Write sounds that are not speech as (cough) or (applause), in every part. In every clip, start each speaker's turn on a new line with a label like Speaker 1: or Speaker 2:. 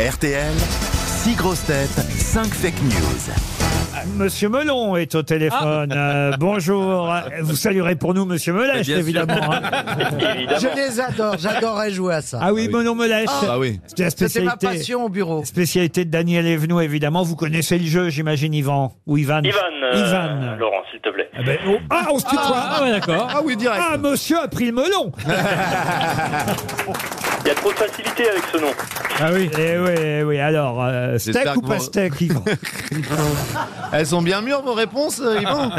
Speaker 1: RTL, 6 grosses têtes, 5 fake news.
Speaker 2: Monsieur Melon est au téléphone. Euh, bonjour. Vous saluerez pour nous Monsieur Melèche,
Speaker 3: bien sûr.
Speaker 2: évidemment. hein.
Speaker 4: Je les adore, j'adorais jouer à ça.
Speaker 2: Ah oui, Melon Melèche.
Speaker 3: Ah oui.
Speaker 2: C'était la
Speaker 4: C'était ma
Speaker 2: spécialité,
Speaker 4: passion au bureau.
Speaker 2: spécialité de Daniel Evenou, évidemment. Vous connaissez le jeu, j'imagine, Yvan. Ou Ivan.
Speaker 5: Ivan, euh,
Speaker 2: Ivan.
Speaker 5: Laurent, s'il te plaît.
Speaker 2: Ah, ben, oh, ah, on se tutoie. Ah, ouais, d'accord.
Speaker 1: Ah oui, direct.
Speaker 2: Ah, monsieur a pris le melon.
Speaker 5: Il y a trop de facilité avec ce nom.
Speaker 2: Ah oui. Eh oui, eh oui. Alors, euh,
Speaker 3: J'espère
Speaker 2: steak ou
Speaker 3: que vous-
Speaker 2: pas steak, Yvan
Speaker 1: Elles sont bien mûres vos réponses, euh, Yvan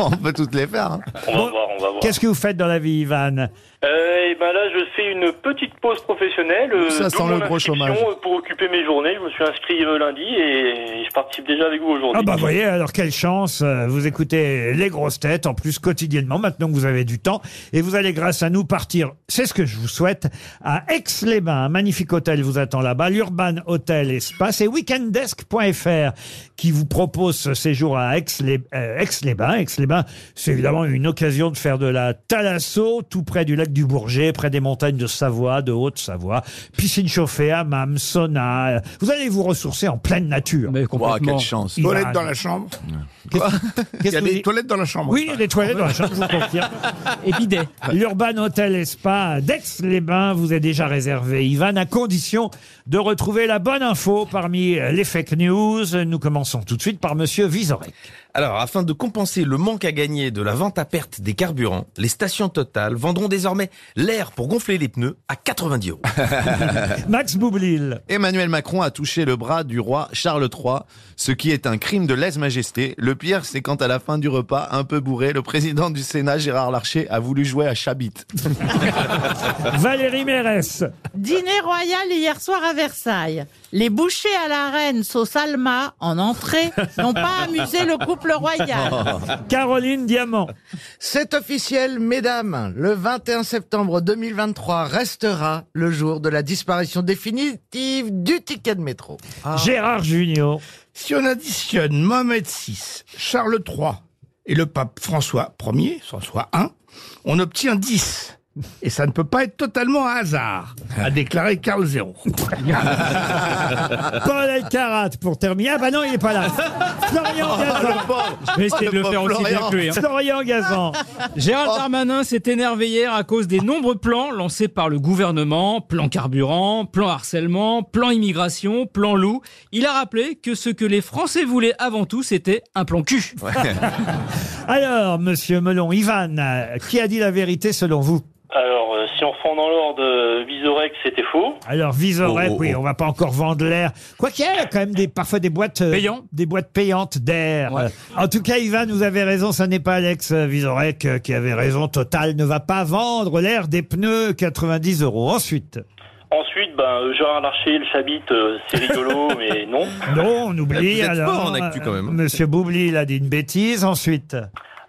Speaker 1: On peut toutes les faire. hein.
Speaker 5: On va
Speaker 2: Bon,
Speaker 5: voir, on va voir.
Speaker 2: Qu'est-ce que vous faites dans la vie, Ivan
Speaker 5: Euh, et ben là, je fais une petite pause professionnelle. euh,
Speaker 1: Ça
Speaker 5: d'où
Speaker 1: sent le
Speaker 5: mon
Speaker 1: gros
Speaker 5: inscription,
Speaker 1: chômage.
Speaker 5: euh, Pour occuper mes journées, je me suis inscrit euh, lundi et je participe déjà avec vous aujourd'hui.
Speaker 2: Ah bah voyez, alors quelle chance, euh, vous écoutez les grosses têtes en plus quotidiennement maintenant que vous avez du temps et vous allez grâce à nous partir, c'est ce que je vous souhaite, à Aix-les-Bains, un magnifique hôtel vous attend là-bas, l'Urban Hôtel Espace et weekendesk.fr qui vous propose ce séjour à Aix-les- euh, Aix-les-Bains. Aix-les-Bains, c'est évidemment une occasion de faire de la thalasso tout près du lac du Bourget, près des montagnes de Savoie, de Haute-Savoie, piscine chauffée, hammam, sauna. Vous allez vous ressourcer en pleine nature.
Speaker 6: Mais
Speaker 3: Ouah,
Speaker 6: complètement.
Speaker 3: quelle chance.
Speaker 2: Ivan.
Speaker 7: Toilettes dans la chambre. Il
Speaker 2: Qu'est-ce
Speaker 7: y a
Speaker 2: que vous
Speaker 7: des
Speaker 2: dites
Speaker 7: toilettes dans la chambre.
Speaker 2: Oui, il y a des toilettes dans la chambre, je vous confirme.
Speaker 6: Et bidet.
Speaker 2: L'Urban Hotel et Spa d'Aix-les-Bains vous est déjà réservé, Ivan, à condition de retrouver la bonne info parmi les fake news. Nous commençons tout de suite par Monsieur Vizorek.
Speaker 8: Alors, afin de compenser le manque à gagner de la vente à perte des carburants, les stations Total vendront désormais l'air pour gonfler les pneus à 90 euros.
Speaker 2: Max Boublil,
Speaker 1: Emmanuel Macron a touché le bras du roi Charles III, ce qui est un crime de lèse-majesté. Le pire, c'est quand à la fin du repas, un peu bourré, le président du Sénat, Gérard Larcher, a voulu jouer à Chabit.
Speaker 2: Valérie Mérès,
Speaker 9: Dîner royal hier soir à Versailles. Les bouchers à la reine sauce Alma en entrée n'ont pas amusé le couple royal.
Speaker 2: Caroline Diamant,
Speaker 4: (laughs) C'est officiel, mesdames, le 21 septembre 2023 restera le jour de la disparition définitive du ticket de métro.
Speaker 2: Gérard Junior,
Speaker 7: Si on additionne Mohamed VI, Charles III et le pape François Ier, François I, on obtient 10. Et ça ne peut pas être totalement un hasard, a déclaré Karl Zéro.
Speaker 2: Paul Elkarat pour terminer. Ah bah non, il n'est pas là. Florian Gazan.
Speaker 6: Mais essayez de le faire aussi bien que lui.
Speaker 7: (laughs)
Speaker 6: hein.
Speaker 2: Florian Gazan,
Speaker 7: Oh.
Speaker 6: Gérald Darmanin s'est énervé hier à cause des nombreux plans lancés par le gouvernement, plan carburant, plan harcèlement, plan immigration, plan loup. Il a rappelé que ce que les Français voulaient avant tout, c'était un plan cul.
Speaker 2: alors Monsieur Melon, Ivan, euh, qui a dit la vérité selon vous
Speaker 5: Alors, euh, si on reprend dans l'ordre, euh, Visorek, c'était faux.
Speaker 2: Alors Visorep,
Speaker 8: Oh, oh,
Speaker 2: oui,
Speaker 8: oh.
Speaker 2: on va pas encore vendre l'air. Quoi qu'il y ait quand même des, parfois des boîtes euh,
Speaker 6: Payant.
Speaker 2: des boîtes payantes d'air.
Speaker 6: Ouais.
Speaker 2: Euh, En tout cas, Ivan, vous avez raison, ça n'est pas Alex euh, Vizorek euh, qui avait raison. Total ne va pas vendre l'air des pneus 90 euros. Ensuite,
Speaker 5: Ensuite, ben, euh, Gérard Larcher, le Chabit, euh, c'est rigolo, mais non.
Speaker 2: non, on oublie
Speaker 8: Vous êtes
Speaker 2: alors.
Speaker 8: fort en actu, quand même.
Speaker 2: euh, Monsieur Boubli, il a dit une bêtise. Ensuite,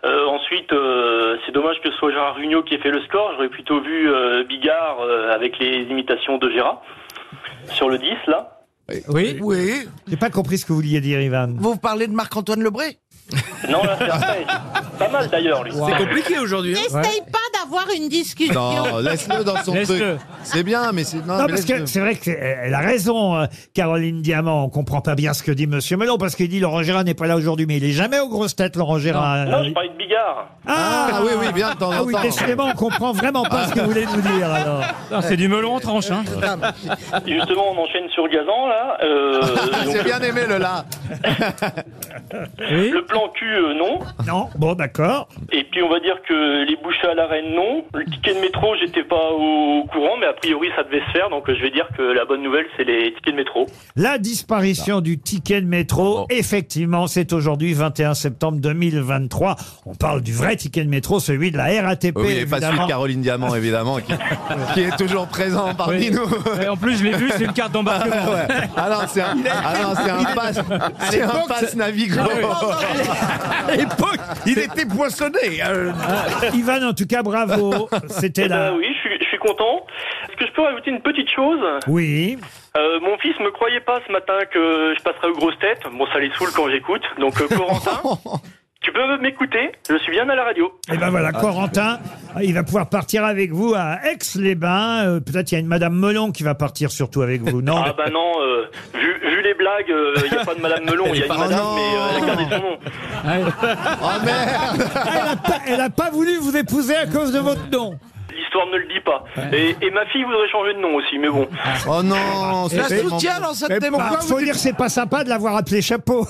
Speaker 5: Euh, ensuite, euh, c'est dommage que ce soit Gérard Rugnot qui ait fait le score. J'aurais plutôt vu euh, Bigard euh, avec les imitations de Gérard sur le 10, là.
Speaker 6: Oui.
Speaker 7: Oui.
Speaker 2: j'ai pas compris ce que vous vouliez dire, Ivan.
Speaker 4: Vous parlez de Marc-Antoine Lebré
Speaker 5: Non, là, c'est après. Pas mal d'ailleurs, lui.
Speaker 8: C'est compliqué aujourd'hui. hein
Speaker 9: N'essaye pas d'avoir une discussion.
Speaker 1: Non, (laughs) laisse-le dans son truc.
Speaker 6: Laisse-le.
Speaker 1: C'est bien, mais c'est. Non,
Speaker 2: Non,
Speaker 1: mais
Speaker 2: parce que
Speaker 1: laisse-le.
Speaker 2: c'est vrai qu'elle a raison, euh, Caroline Diamant. On comprend pas bien ce que dit Monsieur Melon parce qu'il dit Laurent Gérard n'est pas là aujourd'hui, mais il est jamais aux grosses têtes, Laurent Gérard. Euh,
Speaker 5: Non, je parlais de Bigard.
Speaker 1: Ah, oui, oui, bien de temps
Speaker 2: Ah
Speaker 1: en
Speaker 2: oui,
Speaker 1: temps.
Speaker 2: décidément, on comprend vraiment pas ce que vous voulez nous dire, alors.
Speaker 6: Non, Ah, C'est du melon en
Speaker 7: (laughs)
Speaker 6: tranche. hein.
Speaker 5: Justement, on enchaîne sur Gazan, là. Euh, donc,
Speaker 1: J'ai bien aimé le là.
Speaker 6: Oui.
Speaker 5: le plan Q, euh, non.
Speaker 2: Non, bon, d'accord.
Speaker 5: Et puis, on va dire que les bouches à la reine, non. Le ticket de métro, j'étais pas au courant, mais a priori, ça devait se faire. Donc, euh, je vais dire que la bonne nouvelle, c'est les tickets de métro.
Speaker 2: La disparition du ticket de métro,
Speaker 8: Oh.
Speaker 2: effectivement, c'est aujourd'hui 21 septembre 2023. On parle du vrai ticket de métro, celui de la RATP,
Speaker 1: Oui, et pas celui
Speaker 2: évidemment.
Speaker 1: de Caroline Diamant, évidemment, qui, qui est toujours présent parmi
Speaker 6: Oui.
Speaker 1: nous.
Speaker 6: Et en plus, je l'ai vu, c'est une carte d'embarquement.
Speaker 1: Ouais. Ah non, c'est un, ah non, c'est un pass, c'est Ah un pass Navigo.
Speaker 7: À l'époque, il était poinçonné. euh,
Speaker 2: Ivan, en tout cas, (laughs) bravo. C'était
Speaker 5: Eh
Speaker 2: là.
Speaker 5: ben oui, je suis, je suis content. Est-ce que je peux rajouter une petite chose
Speaker 2: Oui.
Speaker 5: Euh, Mon fils me croyait pas ce matin que je passerais aux grosses têtes. Bon, ça les saoule quand j'écoute. Donc, euh, Corentin, Tu peux m'écouter Je suis bien à la radio.
Speaker 2: Et ben voilà, Corentin, il va pouvoir partir avec vous à Aix-les-Bains. Euh, Peut-être il y a une Madame Melon qui va partir surtout avec vous. Non,
Speaker 5: Ah bah non, euh, vu, vu les blagues, il n'y a pas de Madame Melon, il y a une
Speaker 1: pas-
Speaker 5: Madame,
Speaker 1: Oh
Speaker 5: mais euh, elle a gardé son nom.
Speaker 2: elle n'a pas, elle a pas voulu vous épouser à cause de votre nom.
Speaker 5: L'histoire ne le dit pas. Et, et ma fille voudrait changer de nom aussi, mais bon.
Speaker 1: Oh non, c'est
Speaker 4: La
Speaker 1: tellement-
Speaker 4: soutien dans cette
Speaker 2: Bah,
Speaker 4: démocratie.
Speaker 2: faut dire, c'est pas sympa de l'avoir appelé chapeau.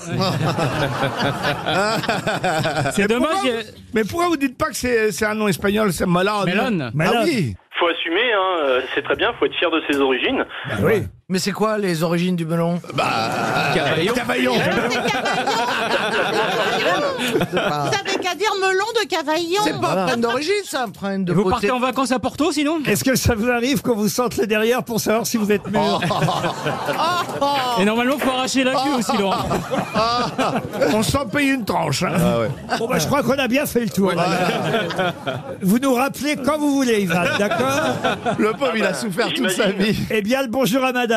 Speaker 6: C'est dommage,
Speaker 7: pourquoi
Speaker 6: il y a-
Speaker 7: Mais pourquoi vous dites pas que c'est c'est un nom espagnol, c'est Malone
Speaker 6: Melon.
Speaker 2: Mais
Speaker 1: Ah
Speaker 2: là,
Speaker 1: oui
Speaker 5: Faut assumer, hein, euh, c'est très bien, faut être fier de ses origines.
Speaker 4: Mais c'est quoi les origines du melon
Speaker 1: Bah,
Speaker 7: Cavaillon.
Speaker 9: Vous avez qu'à dire melon de Cavaillon.
Speaker 4: C'est pas un prenne d'origine, ça, un prenne de
Speaker 6: vous
Speaker 4: beauté.
Speaker 6: partez en vacances à Porto sinon
Speaker 2: Est-ce que ça vous arrive qu'on vous sente le derrière pour savoir si vous êtes mûr
Speaker 7: Ah.
Speaker 6: Et normalement, faut arracher la queue aussi, Laurent.
Speaker 7: On s'en paye une tranche. hein.
Speaker 1: Ah
Speaker 2: Bon, bah, je crois qu'on a bien fait le tour. vous nous rappelez quand vous voulez, Ivan, d'accord
Speaker 1: Le pauvre, il a souffert toute sa
Speaker 5: j'imagine.
Speaker 1: vie.
Speaker 2: Eh bien, le bonjour à madame.